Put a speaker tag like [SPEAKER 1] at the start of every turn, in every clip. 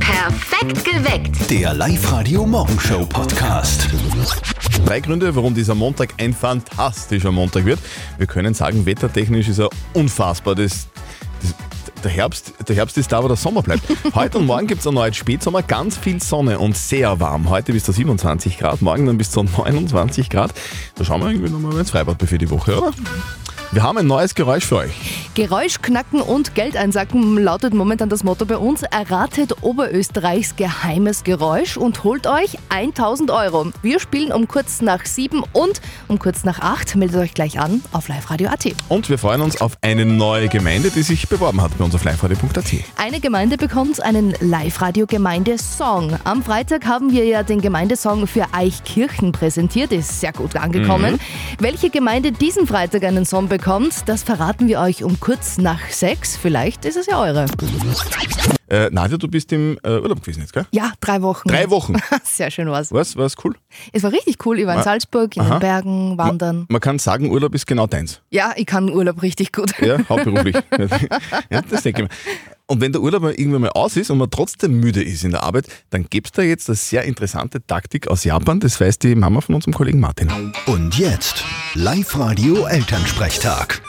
[SPEAKER 1] Perfekt geweckt.
[SPEAKER 2] Der Live-Radio-Morgenshow-Podcast.
[SPEAKER 3] Drei Gründe, warum dieser Montag ein fantastischer Montag wird. Wir können sagen, wettertechnisch ist er unfassbar. Das, das, der, Herbst, der Herbst ist da, wo der Sommer bleibt. Heute und morgen gibt es erneut Spätsommer, ganz viel Sonne und sehr warm. Heute bis zu 27 Grad, morgen dann bis zu 29 Grad. Da schauen wir irgendwie nochmal ins Freibad für die Woche, oder? Wir haben ein neues Geräusch für euch.
[SPEAKER 4] Geräusch knacken und Geld einsacken lautet momentan das Motto bei uns. Erratet Oberösterreichs geheimes Geräusch und holt euch 1000 Euro. Wir spielen um kurz nach sieben und um kurz nach acht. Meldet euch gleich an auf liveradio.at.
[SPEAKER 3] Und wir freuen uns auf eine neue Gemeinde, die sich beworben hat bei uns auf liveradio.at.
[SPEAKER 4] Eine Gemeinde bekommt einen Live-Radio-Gemeindesong. Am Freitag haben wir ja den Gemeindesong für Eichkirchen präsentiert. Ist sehr gut angekommen. Welche Gemeinde diesen Freitag einen Song bekommt, das verraten wir euch um kurz nach sechs. Vielleicht ist es ja eure.
[SPEAKER 3] Äh, Nadja, du bist im äh, Urlaub gewesen jetzt, gell?
[SPEAKER 4] Ja, drei Wochen.
[SPEAKER 3] Drei Wochen.
[SPEAKER 4] Sehr schön war's.
[SPEAKER 3] Was? War's cool?
[SPEAKER 4] Es war richtig cool. Ich war in Salzburg, in den Bergen, wandern.
[SPEAKER 3] Man kann sagen, Urlaub ist genau deins.
[SPEAKER 4] Ja, ich kann Urlaub richtig gut.
[SPEAKER 3] Ja, hauptberuflich. ja, das denke ich mir. Und wenn der Urlaub mal irgendwann mal aus ist und man trotzdem müde ist in der Arbeit, dann gibt's da jetzt eine sehr interessante Taktik aus Japan. Das weiß die Mama von unserem Kollegen Martin.
[SPEAKER 2] Und jetzt Live-Radio-Elternsprechtag.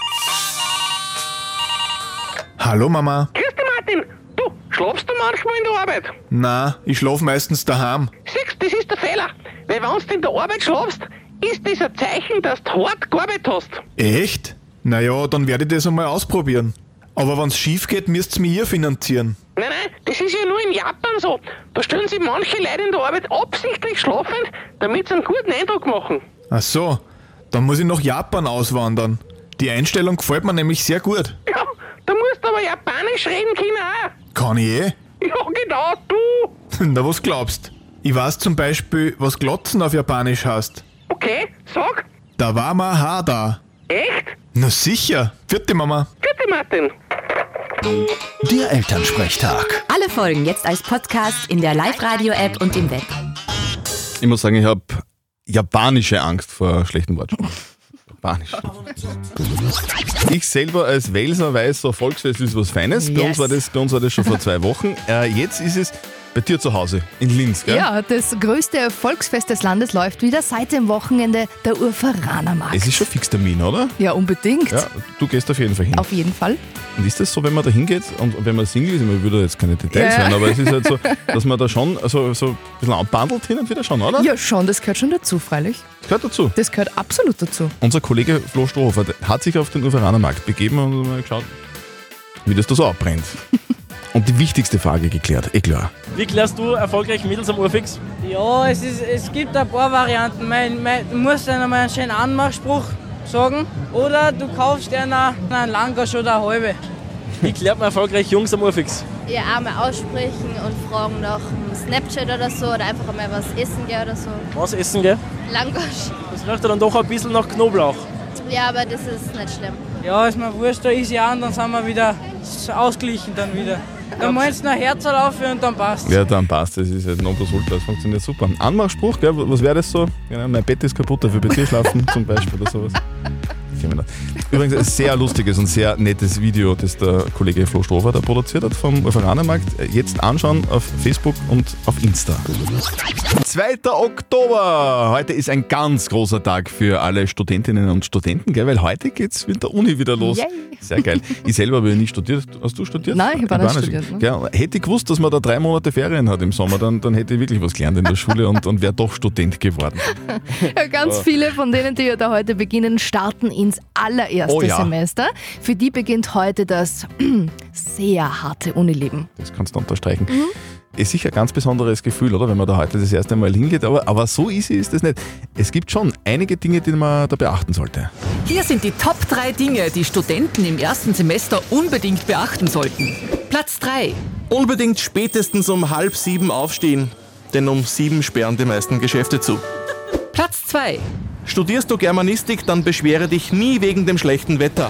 [SPEAKER 5] Hallo Mama.
[SPEAKER 6] Grüß dich, Martin. Du, schlafst du manchmal in der Arbeit?
[SPEAKER 5] Na, ich schlafe meistens daheim.
[SPEAKER 6] Siehst, das ist der Fehler. Weil wenn du in der Arbeit schlafst, ist das ein Zeichen, dass du hart gearbeitet hast.
[SPEAKER 5] Echt? Naja, dann werde ich das einmal ausprobieren. Aber wenn's schief geht, müsst's mir ihr finanzieren.
[SPEAKER 6] Nein, nein, das ist ja nur in Japan so. Da stellen sich manche Leute in der Arbeit absichtlich schlafend, damit sie einen guten Eindruck machen.
[SPEAKER 5] Ach so, dann muss ich nach Japan auswandern. Die Einstellung gefällt mir nämlich sehr gut.
[SPEAKER 6] Ja, du musst aber japanisch reden können auch.
[SPEAKER 5] Kann ich eh?
[SPEAKER 6] Ja, genau, du.
[SPEAKER 5] Na, was glaubst? Ich weiß zum Beispiel, was Glotzen auf Japanisch heißt.
[SPEAKER 6] Okay, sag.
[SPEAKER 5] Da war ma Hada.
[SPEAKER 6] Echt?
[SPEAKER 5] Na sicher. Vierte Mama.
[SPEAKER 6] Bitte, Martin.
[SPEAKER 2] Der Elternsprechtag.
[SPEAKER 7] Alle Folgen jetzt als Podcast in der Live-Radio-App und im Web.
[SPEAKER 3] Ich muss sagen, ich habe japanische Angst vor schlechten Wortspielen. Japanisch. Ich selber als Welser weiß, so Volksfest ist was Feines. Bei, uns,
[SPEAKER 4] Yes.
[SPEAKER 3] war das, bei uns war das schon vor zwei Wochen. Äh, jetzt ist es bei dir zu Hause in Linz, gell?
[SPEAKER 4] Ja, das größte Volksfest des Landes läuft wieder seit dem Wochenende der Urferanermarkt.
[SPEAKER 3] Es ist schon Fixtermin, oder?
[SPEAKER 4] ja, unbedingt.
[SPEAKER 3] Ja, du gehst auf jeden Fall hin.
[SPEAKER 4] Auf jeden Fall.
[SPEAKER 3] Und ist das so, wenn man da hingeht und wenn man Single ist, ich würde jetzt keine Details
[SPEAKER 4] Ja.
[SPEAKER 3] hören, aber es ist halt so, dass man da schon so, so ein bisschen anbandelt hin und wieder schon, oder?
[SPEAKER 4] Ja, schon, das gehört schon dazu, freilich.
[SPEAKER 3] Das gehört dazu.
[SPEAKER 4] Das gehört absolut dazu.
[SPEAKER 3] Unser Kollege Flo Strohhofer der hat sich auf den Uveraner Markt begeben und mal geschaut, wie das da so abbrennt. und die wichtigste Frage geklärt, eh klar.
[SPEAKER 8] Wie klärst du erfolgreich Mädels am Urfix?
[SPEAKER 9] Ja, es, ist, es gibt ein paar Varianten. Mein, mein, du musst dann einmal einen schönen Anmachspruch sagen. Oder du kaufst dir einen, einen Langosch oder eine halbe.
[SPEAKER 8] Wie klärt man erfolgreich Jungs am Urfix?
[SPEAKER 10] ihr einmal aussprechen und fragen nach dem Snapchat oder so oder einfach mal was essen gehen oder so.
[SPEAKER 8] Was essen, gell?
[SPEAKER 10] Langosch.
[SPEAKER 8] Das riecht ja dann doch ein bisschen nach Knoblauch.
[SPEAKER 10] Ja, aber das ist nicht schlimm.
[SPEAKER 9] Ja, ist mir wurscht, da ist ja an, dann sind wir wieder ausgeglichen dann wieder. Dann meinst du noch Herz auf und dann passt
[SPEAKER 3] Ja, dann passt, das ist halt Nonplusultra, das funktioniert super. Anmachspruch, gell, was wäre das so? Genau, mein Bett ist kaputt, dafür bei dir schlafen zum Beispiel oder sowas. Kennen wir nicht. Übrigens ein sehr lustiges und sehr nettes Video, das der Kollege Flo Strohfer da produziert hat vom Uferanermarkt. Jetzt anschauen auf Facebook und auf Insta. 2. Oktober. Heute ist ein ganz großer Tag für alle Studentinnen und Studenten, gell? weil heute geht's mit der Uni wieder los.
[SPEAKER 4] Yay.
[SPEAKER 3] Sehr geil. Ich selber habe ja nicht studiert. Hast du studiert?
[SPEAKER 4] Nein, ich habe auch nicht
[SPEAKER 3] war
[SPEAKER 4] studiert, ne?
[SPEAKER 3] Gell? Hätte ich gewusst, dass man da drei Monate Ferien hat im Sommer, dann, dann hätte ich wirklich was gelernt in der Schule und, und wäre doch Student geworden.
[SPEAKER 4] Ja, ganz viele von denen, die ja da heute beginnen, starten ins allererste
[SPEAKER 3] Oh ja.
[SPEAKER 4] Semester. Für die beginnt heute das sehr harte Unileben.
[SPEAKER 3] Das kannst du unterstreichen.
[SPEAKER 4] Mhm.
[SPEAKER 3] Ist sicher ein ganz besonderes Gefühl, oder? Wenn man da heute das erste Mal hingeht. Aber, aber so easy ist das nicht. Es gibt schon einige Dinge, die man da beachten sollte.
[SPEAKER 11] Hier sind die Top 3 Dinge, die Studenten im ersten Semester unbedingt beachten sollten. Platz 3.
[SPEAKER 12] Unbedingt spätestens um halb sieben aufstehen, denn um sieben sperren die meisten Geschäfte zu.
[SPEAKER 11] Platz 2.
[SPEAKER 12] Studierst du Germanistik, dann beschwere dich nie wegen dem schlechten Wetter,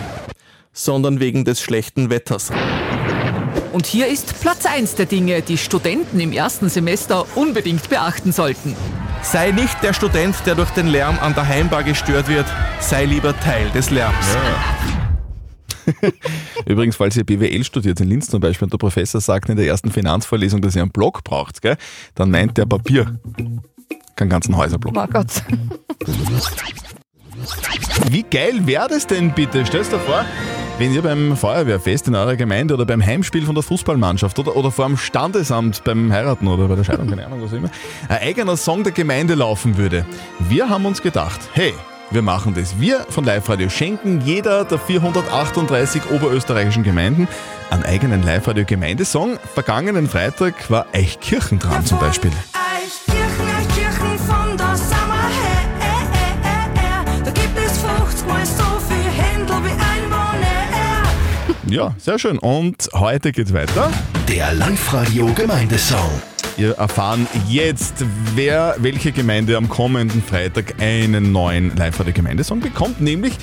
[SPEAKER 12] sondern wegen des schlechten Wetters.
[SPEAKER 11] Und hier ist Platz 1 der Dinge, die Studenten im ersten Semester unbedingt beachten sollten.
[SPEAKER 12] Sei nicht der Student, der durch den Lärm an der Heimbar gestört wird, sei lieber Teil des Lärms.
[SPEAKER 3] Übrigens, falls ihr BWL studiert in Linz zum Beispiel und der Professor sagt in der ersten Finanzvorlesung, dass ihr einen Block braucht, gell? dann meint der Papier. Keinen ganzen Häuserblock.
[SPEAKER 4] Oh Gott.
[SPEAKER 3] Wie geil wäre das denn bitte? Stellst dir vor, wenn ihr beim Feuerwehrfest in eurer Gemeinde oder beim Heimspiel von der Fußballmannschaft oder, oder vor dem Standesamt beim Heiraten oder bei der Scheidung, keine Ahnung, was auch immer, ein eigener Song der Gemeinde laufen würde. Wir haben uns gedacht, hey, wir machen das. Wir von Live Radio schenken jeder der 438 oberösterreichischen Gemeinden einen eigenen Live Radio Gemeindesong. Vergangenen Freitag war Eichkirchen dran zum Beispiel.
[SPEAKER 1] Eichkirchen, Eichkirchen von der Sommer her, eh, Da gibt es 50 mal so viel Händel wie Einwohner.
[SPEAKER 3] Ja, sehr schön. Und heute geht's weiter. Der Live-Radio Gemeindesong. Wir erfahren jetzt, wer welche Gemeinde am kommenden Freitag einen neuen Live-Radio Gemeindesong bekommt, nämlich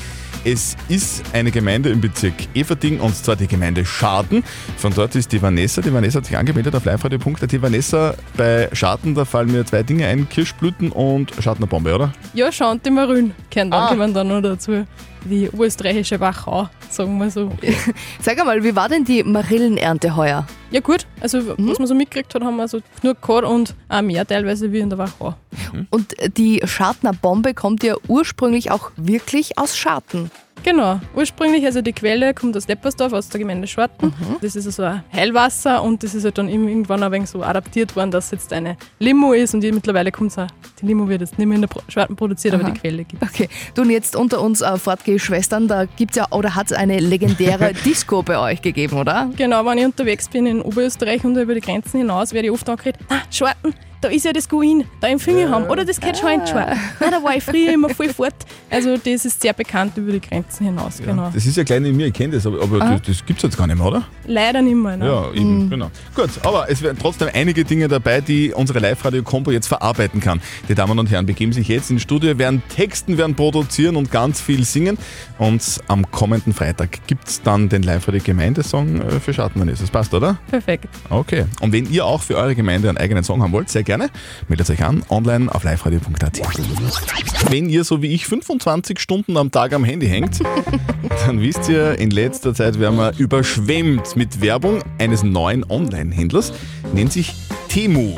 [SPEAKER 3] es ist eine Gemeinde im Bezirk Everding und zwar die Gemeinde Schaden. Von dort ist die Vanessa. Die Vanessa hat sich angemeldet auf liveradio.at. Vanessa, bei Schaden, da fallen mir zwei Dinge ein: Kirschblüten und Schadnerbombe, oder?
[SPEAKER 13] Ja, Chanty Maroon kennt ah. jemand dann noch dazu. Die österreichische Wachau, sagen wir so.
[SPEAKER 4] Sag einmal, wie war denn die Marillenernte heuer?
[SPEAKER 13] Ja gut, also was man so mitgekriegt hat, haben wir so genug gehabt und auch mehr teilweise wie in der Wachau.
[SPEAKER 4] Und äh, die Schartner Bombe kommt ja ursprünglich auch wirklich aus Scharten.
[SPEAKER 13] Genau, ursprünglich, also die Quelle kommt aus Leppersdorf, aus der Gemeinde Schwarten. Das ist so ein Heilwasser und das ist halt dann eben irgendwann ein wenig so adaptiert worden, dass es jetzt eine Limo ist und die- mittlerweile kommt es auch, die Limo wird jetzt nicht mehr in der Pro Schwarten produziert,
[SPEAKER 4] Aha.
[SPEAKER 13] aber die Quelle gibt
[SPEAKER 4] Okay, du und jetzt unter uns äh, Fortgeh-Schwestern, da gibt's ja oder hat's eine legendäre Disco bei euch gegeben, oder?
[SPEAKER 13] Genau, wenn ich unterwegs bin in Oberösterreich und über die Grenzen hinaus, werde ich oft angeredet, ah, Schwarten, da ist ja das Guin, da im Finger haben, oder das Ketschwein Schwarten. Nein, da war ich früher immer voll fort. Also das ist sehr bekannt über die Grenzen hinaus, genau.
[SPEAKER 3] Das ist ja klein in mir, ich kenne das, aber, aber
[SPEAKER 13] Aha.
[SPEAKER 3] das, das gibt es jetzt gar nicht mehr, oder?
[SPEAKER 13] Leider nicht mehr, ne?
[SPEAKER 3] Ja, eben, genau. Gut, aber es werden trotzdem einige Dinge dabei, die unsere Live-Radio-Kompo jetzt verarbeiten kann. Die Damen und Herren begeben sich jetzt ins Studio, werden Texten, werden produzieren und ganz viel singen. Und am kommenden Freitag gibt es dann den Live-Radio-Gemeindesong äh, für Schattenmannes. Das passt, oder?
[SPEAKER 13] Perfekt.
[SPEAKER 3] Okay. Und wenn ihr auch für eure Gemeinde einen eigenen Song haben wollt, sehr gerne, meldet euch an, online auf liveradio.at. Wenn ihr so wie ich 25 Stunden am Tag am Handy hängt, dann wisst ihr, in letzter Zeit werden wir überschwemmt mit Werbung eines neuen Online-Händlers, nennt sich Temu.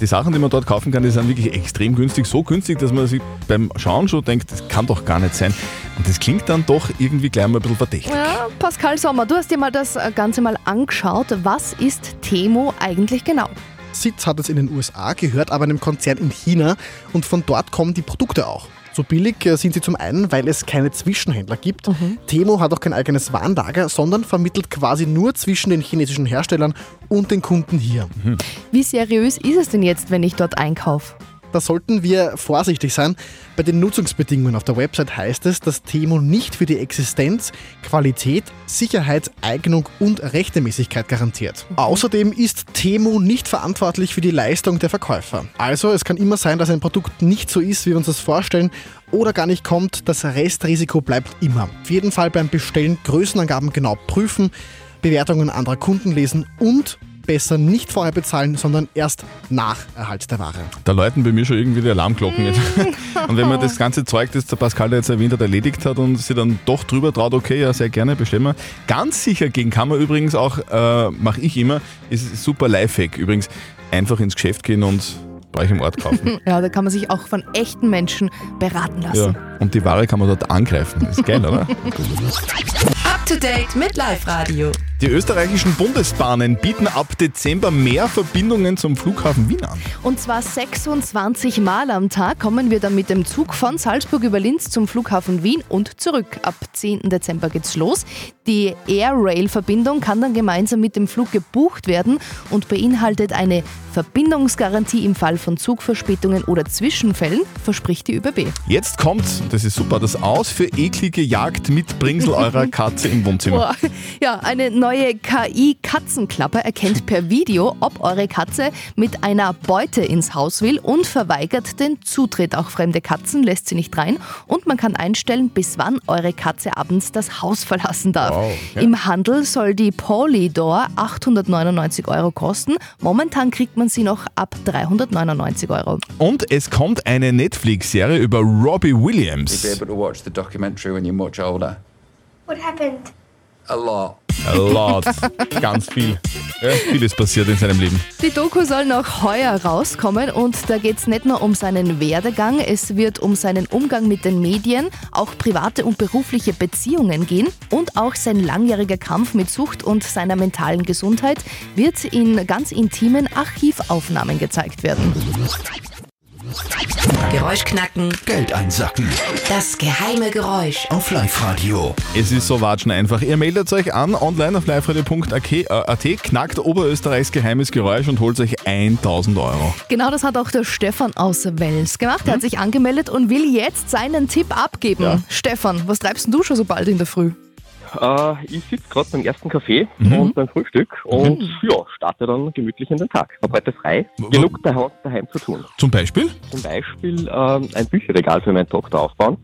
[SPEAKER 3] Die Sachen, die man dort kaufen kann, die sind wirklich extrem günstig. So günstig, dass man sich beim Schauen schon denkt, das kann doch gar nicht sein. Und das klingt dann doch irgendwie gleich mal ein bisschen verdächtig.
[SPEAKER 4] Ja, Pascal Sommer, du hast dir mal das äh, Ganze mal angeschaut. Was ist Temo eigentlich genau?
[SPEAKER 14] Sitz hat es in den USA, gehört aber einem Konzern in China und von dort kommen die Produkte auch. So billig äh, sind sie zum einen, weil es keine Zwischenhändler gibt. Temo hat auch kein eigenes Warenlager, sondern vermittelt quasi nur zwischen den chinesischen Herstellern und den Kunden hier.
[SPEAKER 4] Wie seriös ist es denn jetzt, wenn ich dort einkaufe?
[SPEAKER 14] Da sollten wir vorsichtig sein. Bei den Nutzungsbedingungen auf der Website heißt es, dass Temo nicht für die Existenz, Qualität, Sicherheit, Eignung und Rechtmäßigkeit garantiert. Außerdem ist Temo nicht verantwortlich für die Leistung der Verkäufer. Also es kann immer sein, dass ein Produkt nicht so ist, wie wir uns das vorstellen oder gar nicht kommt. Das Restrisiko bleibt immer. Auf jeden Fall beim Bestellen Größenangaben genau prüfen, Bewertungen anderer Kunden lesen und besser nicht vorher bezahlen, sondern erst nach Erhalt der Ware.
[SPEAKER 3] Da läuten bei mir schon irgendwie die Alarmglocken. jetzt. Und wenn man das ganze Zeug, das der Pascal da jetzt erwähnt hat, erledigt hat und sie dann doch drüber traut, okay, ja, sehr gerne, bestellen wir. Ganz sicher gehen kann man übrigens auch, äh, mache ich immer, ist super Lifehack übrigens, einfach ins Geschäft gehen und bei euch im Ort kaufen.
[SPEAKER 4] Ja, da kann man sich auch von echten Menschen beraten
[SPEAKER 3] ja.
[SPEAKER 4] lassen.
[SPEAKER 3] Und die Ware kann man dort angreifen. Ist geil, oder?
[SPEAKER 7] Up to date mit Live Radio.
[SPEAKER 3] Die österreichischen Bundesbahnen bieten ab Dezember mehr Verbindungen zum Flughafen Wien an.
[SPEAKER 4] Und zwar 26 Mal am Tag kommen wir dann mit dem Zug von Salzburg über Linz zum Flughafen Wien und zurück. Ab 10. Dezember geht's los. Die Air Rail verbindung kann dann gemeinsam mit dem Flug gebucht werden und beinhaltet eine Verbindungsgarantie im Fall von Zugverspätungen oder Zwischenfällen, verspricht die ÖBB.
[SPEAKER 3] Jetzt kommt, das ist super, das Aus für eklige Jagd mit Bringsel eurer Katze im Wohnzimmer.
[SPEAKER 4] Boah. Ja, eine neue KI-Katzenklappe erkennt per Video, ob eure Katze mit einer Beute ins Haus will und verweigert den Zutritt. Auch fremde Katzen lässt sie nicht rein und man kann einstellen, bis wann eure Katze abends das Haus verlassen darf.
[SPEAKER 15] Wow, ja.
[SPEAKER 4] Im Handel soll die Polydor 899 Euro kosten. Momentan kriegt man sie noch ab 399 Euro.
[SPEAKER 3] Und es kommt eine Netflix-Serie über Robbie Williams.
[SPEAKER 16] You'll be able to watch the documentary when you're much older.
[SPEAKER 17] What happened?
[SPEAKER 15] A lot.
[SPEAKER 3] A lot. Ganz viel. Ja, viel ist passiert in seinem Leben.
[SPEAKER 4] Die Doku soll noch heuer rauskommen und da geht es nicht nur um seinen Werdegang, es wird um seinen Umgang mit den Medien, auch private und berufliche Beziehungen gehen und auch sein langjähriger Kampf mit Sucht und seiner mentalen Gesundheit wird in ganz intimen Archivaufnahmen gezeigt werden.
[SPEAKER 7] Geräuschknacken.
[SPEAKER 2] Geld einsacken.
[SPEAKER 7] Das geheime Geräusch.
[SPEAKER 2] Auf Live-Radio.
[SPEAKER 3] Es ist so watschen einfach. Ihr meldet euch an online auf liveradio.at, äh, at, knackt Oberösterreichs geheimes Geräusch und holt euch 1000 Euro.
[SPEAKER 4] Genau das hat auch der Stefan aus Wels gemacht. Er hat sich angemeldet und will jetzt seinen Tipp abgeben.
[SPEAKER 16] Ja.
[SPEAKER 4] Stefan, was treibst denn du schon so bald in der Früh?
[SPEAKER 16] Äh, ich sitze gerade beim ersten Kaffee
[SPEAKER 3] Mhm.
[SPEAKER 16] und beim Frühstück und ja, starte dann gemütlich in den Tag. Hab heute frei, genug daheim, daheim zu tun.
[SPEAKER 3] Zum Beispiel?
[SPEAKER 16] Zum Beispiel ähm, ein Bücherregal für meine Tochter aufbauen,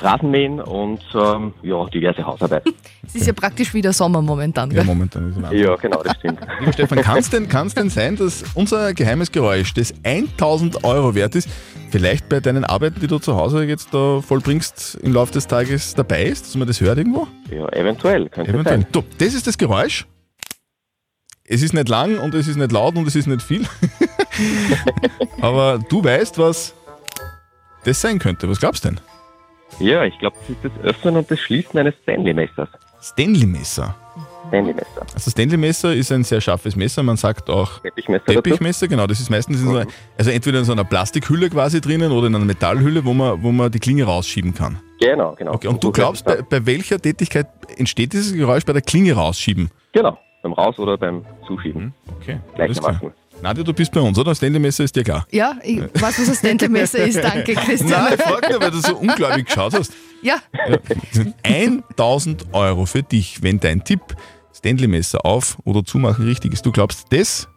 [SPEAKER 16] Rasenmähen und ähm, ja, diverse Hausarbeiten.
[SPEAKER 4] Es ist ja praktisch wieder Sommer momentan.
[SPEAKER 3] Ja,
[SPEAKER 4] gell?
[SPEAKER 3] momentan ist
[SPEAKER 16] ja, genau, das stimmt.
[SPEAKER 3] Lieber Stefan, kann es denn, kann's denn sein, dass unser geheimes Geräusch, das 1000 Euro wert ist, vielleicht bei deinen Arbeiten, die du zu Hause jetzt da vollbringst, im Laufe des Tages dabei ist, dass man das hört irgendwo?
[SPEAKER 16] Ja, eventuell. Könnte
[SPEAKER 3] Eventuell.
[SPEAKER 16] sein.
[SPEAKER 3] Du, das ist das Geräusch. Es ist nicht lang und es ist nicht laut und es ist nicht viel. Aber du weißt, was das sein könnte. Was glaubst du denn?
[SPEAKER 16] äh, Ja, ich glaube, das ist das Öffnen und das Schließen eines Stanley-Messers.
[SPEAKER 3] Stanley-Messer.
[SPEAKER 16] Stanley-Messer.
[SPEAKER 3] Also Stanley-Messer ist ein sehr scharfes Messer, man sagt auch
[SPEAKER 16] Teppichmesser,
[SPEAKER 3] Teppichmesser genau, das ist meistens in so einer, also entweder in so einer Plastikhülle quasi drinnen oder in einer Metallhülle, wo man, wo man die Klinge rausschieben kann.
[SPEAKER 16] Genau, genau.
[SPEAKER 3] Okay, und du glaubst, äh, bei, bei welcher Tätigkeit entsteht dieses Geräusch? Bei der Klinge rausschieben?
[SPEAKER 16] Genau, beim Raus- oder beim
[SPEAKER 3] Mhm.
[SPEAKER 16] Zuschieben.
[SPEAKER 3] Okay.
[SPEAKER 16] Gleichermaßen.
[SPEAKER 3] Nadja, du bist bei uns, oder? Stanley-Messer ist dir klar.
[SPEAKER 4] Ja, ich weiß, was das Dentelmesser ist. Danke, Christian.
[SPEAKER 3] Nein, ich frag nur, weil du so unglaublich geschaut hast.
[SPEAKER 4] Ja,
[SPEAKER 3] Ja. 1000 Euro für dich, wenn dein Tipp Stanley-Messer auf- oder zumachen richtig ist. Du glaubst, das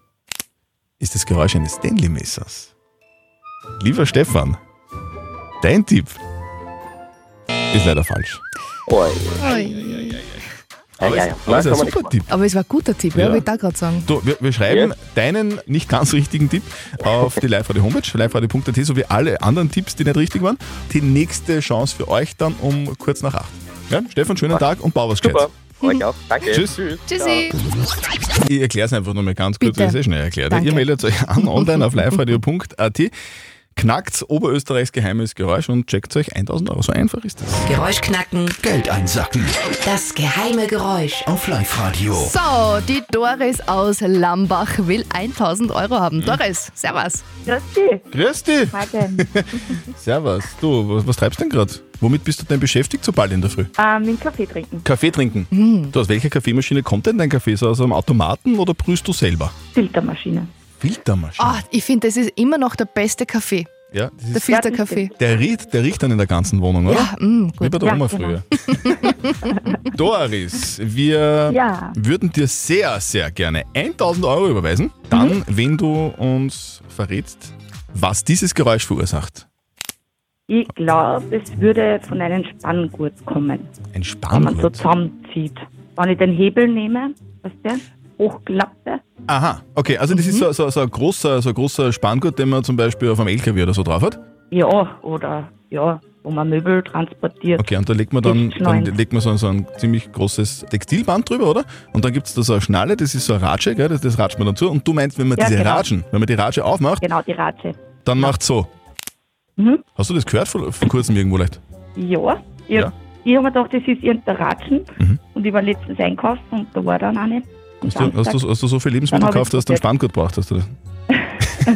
[SPEAKER 3] ist das Geräusch eines Stanley-Messers. Lieber Stefan, dein Tipp ist leider falsch. Aber es- aber es ist ein super Tipp.
[SPEAKER 4] Aber es war ein guter Tipp,
[SPEAKER 3] Ja.
[SPEAKER 4] ja. würde ich da gerade sagen.
[SPEAKER 3] Du, wir, wir schreiben deinen nicht ganz richtigen Tipp auf die live-radio Homepage, liveradio.at, sowie alle anderen Tipps, die nicht richtig waren. Die nächste Chance für euch dann um kurz nach acht. Ja, Stefan, schönen Tag und bau was Gescheites.
[SPEAKER 16] Euch auch. Danke.
[SPEAKER 3] Tschüss.
[SPEAKER 4] Tschüssi.
[SPEAKER 3] Ich erkläre es einfach nochmal ganz kurz,
[SPEAKER 4] Bitte.
[SPEAKER 3] weil es eh schnell erklärt.
[SPEAKER 4] Danke.
[SPEAKER 3] Ihr meldet euch an online auf liveradio.at, knackt Oberösterreichs geheimes Geräusch und checkt euch 1000 Euro. So einfach ist das.
[SPEAKER 7] Geräuschknacken.
[SPEAKER 2] Geld einsacken.
[SPEAKER 7] Das geheime Geräusch.
[SPEAKER 2] Auf Live-Radio.
[SPEAKER 4] So, die Doris aus Lambach will 1000 Euro haben. Doris, servus.
[SPEAKER 17] Grüß dich.
[SPEAKER 3] Grüß dich. Servus. Du, was, was treibst du denn gerade? Womit bist du denn beschäftigt so bald in der Früh?
[SPEAKER 4] Ah.
[SPEAKER 17] Ähm, einen Kaffee trinken.
[SPEAKER 3] Kaffee trinken.
[SPEAKER 4] Hm.
[SPEAKER 3] Du, aus welcher Kaffeemaschine kommt denn dein Kaffee? So aus einem Automaten oder brühst du selber?
[SPEAKER 17] Filtermaschine.
[SPEAKER 3] Filtermaschine.
[SPEAKER 4] Ah, ich finde, das ist immer noch der beste Kaffee.
[SPEAKER 3] Ja, das
[SPEAKER 4] Der Filterkaffee.
[SPEAKER 3] Der riecht, der riecht dann in der ganzen Wohnung, oder?
[SPEAKER 4] Ja, mm, gut.
[SPEAKER 3] Wie bei der
[SPEAKER 4] Ja,
[SPEAKER 3] Oma
[SPEAKER 4] genau.
[SPEAKER 3] früher. Doris, wir
[SPEAKER 17] Ja.
[SPEAKER 3] würden dir sehr, sehr gerne 1000 Euro überweisen. Dann,
[SPEAKER 4] Mhm.
[SPEAKER 3] wenn du uns verrätst, was dieses Geräusch verursacht.
[SPEAKER 17] Ich glaube, es würde von einem Spanngurt kommen, wenn
[SPEAKER 3] Ein
[SPEAKER 17] man so
[SPEAKER 3] Spanngurt.
[SPEAKER 17] zusammenzieht. Wenn ich den Hebel nehme, weißt du, hochklappe,
[SPEAKER 3] Aha, okay, also das ist
[SPEAKER 17] Mhm.
[SPEAKER 3] so, so, so, ein großer, so ein großer Spanngurt, den man zum Beispiel auf einem LKW oder so drauf hat.
[SPEAKER 17] ja, oder ja, wo man Möbel transportiert.
[SPEAKER 3] Okay, und da legt man dann,
[SPEAKER 17] Gibt's
[SPEAKER 3] dann
[SPEAKER 17] neun.
[SPEAKER 3] legt man so, so ein ziemlich großes Textilband drüber, oder? Und dann gibt es da so eine Schnalle, das ist so eine Ratsche, gell? Das, das ratscht man dann zu. Und du meinst, wenn man
[SPEAKER 17] Ja,
[SPEAKER 3] diese
[SPEAKER 17] genau.
[SPEAKER 3] Ratschen, wenn man die Ratsche aufmacht,
[SPEAKER 17] Genau, die Ratsche.
[SPEAKER 3] dann macht so.
[SPEAKER 17] Mhm.
[SPEAKER 3] Hast du das gehört vor, vor kurzem irgendwo leicht?
[SPEAKER 17] Ja, ich,
[SPEAKER 3] Ja.
[SPEAKER 17] ich habe mir gedacht, das ist irgendein Ratschen und ich war letztens einkaufen und da war dann eine.
[SPEAKER 3] Hast du, hast, du, hast du so viel Lebensmittel
[SPEAKER 17] Dann hab
[SPEAKER 3] gekauft,
[SPEAKER 17] ich
[SPEAKER 3] dass du einen Spanngurt braucht hast? Oder?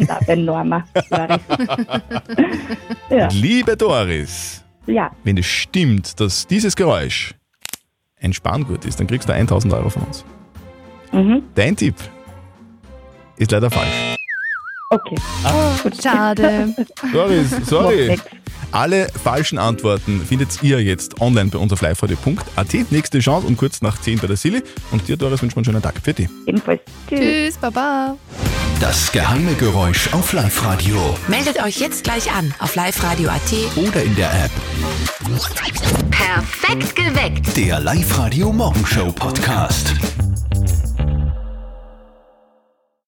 [SPEAKER 17] Da bin Norma. ja.
[SPEAKER 3] Liebe Doris,
[SPEAKER 17] ja,
[SPEAKER 3] wenn es stimmt, dass dieses Geräusch ein Spanngurt ist, dann kriegst du 1000 Euro von uns.
[SPEAKER 17] mhm.
[SPEAKER 3] Dein Tipp ist leider falsch.
[SPEAKER 17] okay.
[SPEAKER 4] Schade.
[SPEAKER 3] Doris, sorry. Alle falschen Antworten findet ihr jetzt online bei uns auf liveradio.at. Nächste Chance um kurz nach 10 bei der Silly. Und dir, Doris, wünschen wir einen schönen Tag. Für dich.
[SPEAKER 17] Ebenfalls.
[SPEAKER 4] Tschüss, Baba.
[SPEAKER 2] Das geheime Geräusch auf Live-Radio.
[SPEAKER 7] Meldet euch jetzt gleich an auf liveradio.at.
[SPEAKER 2] Oder in der App.
[SPEAKER 7] Perfekt geweckt.
[SPEAKER 2] Der Live-Radio Morgenshow Podcast.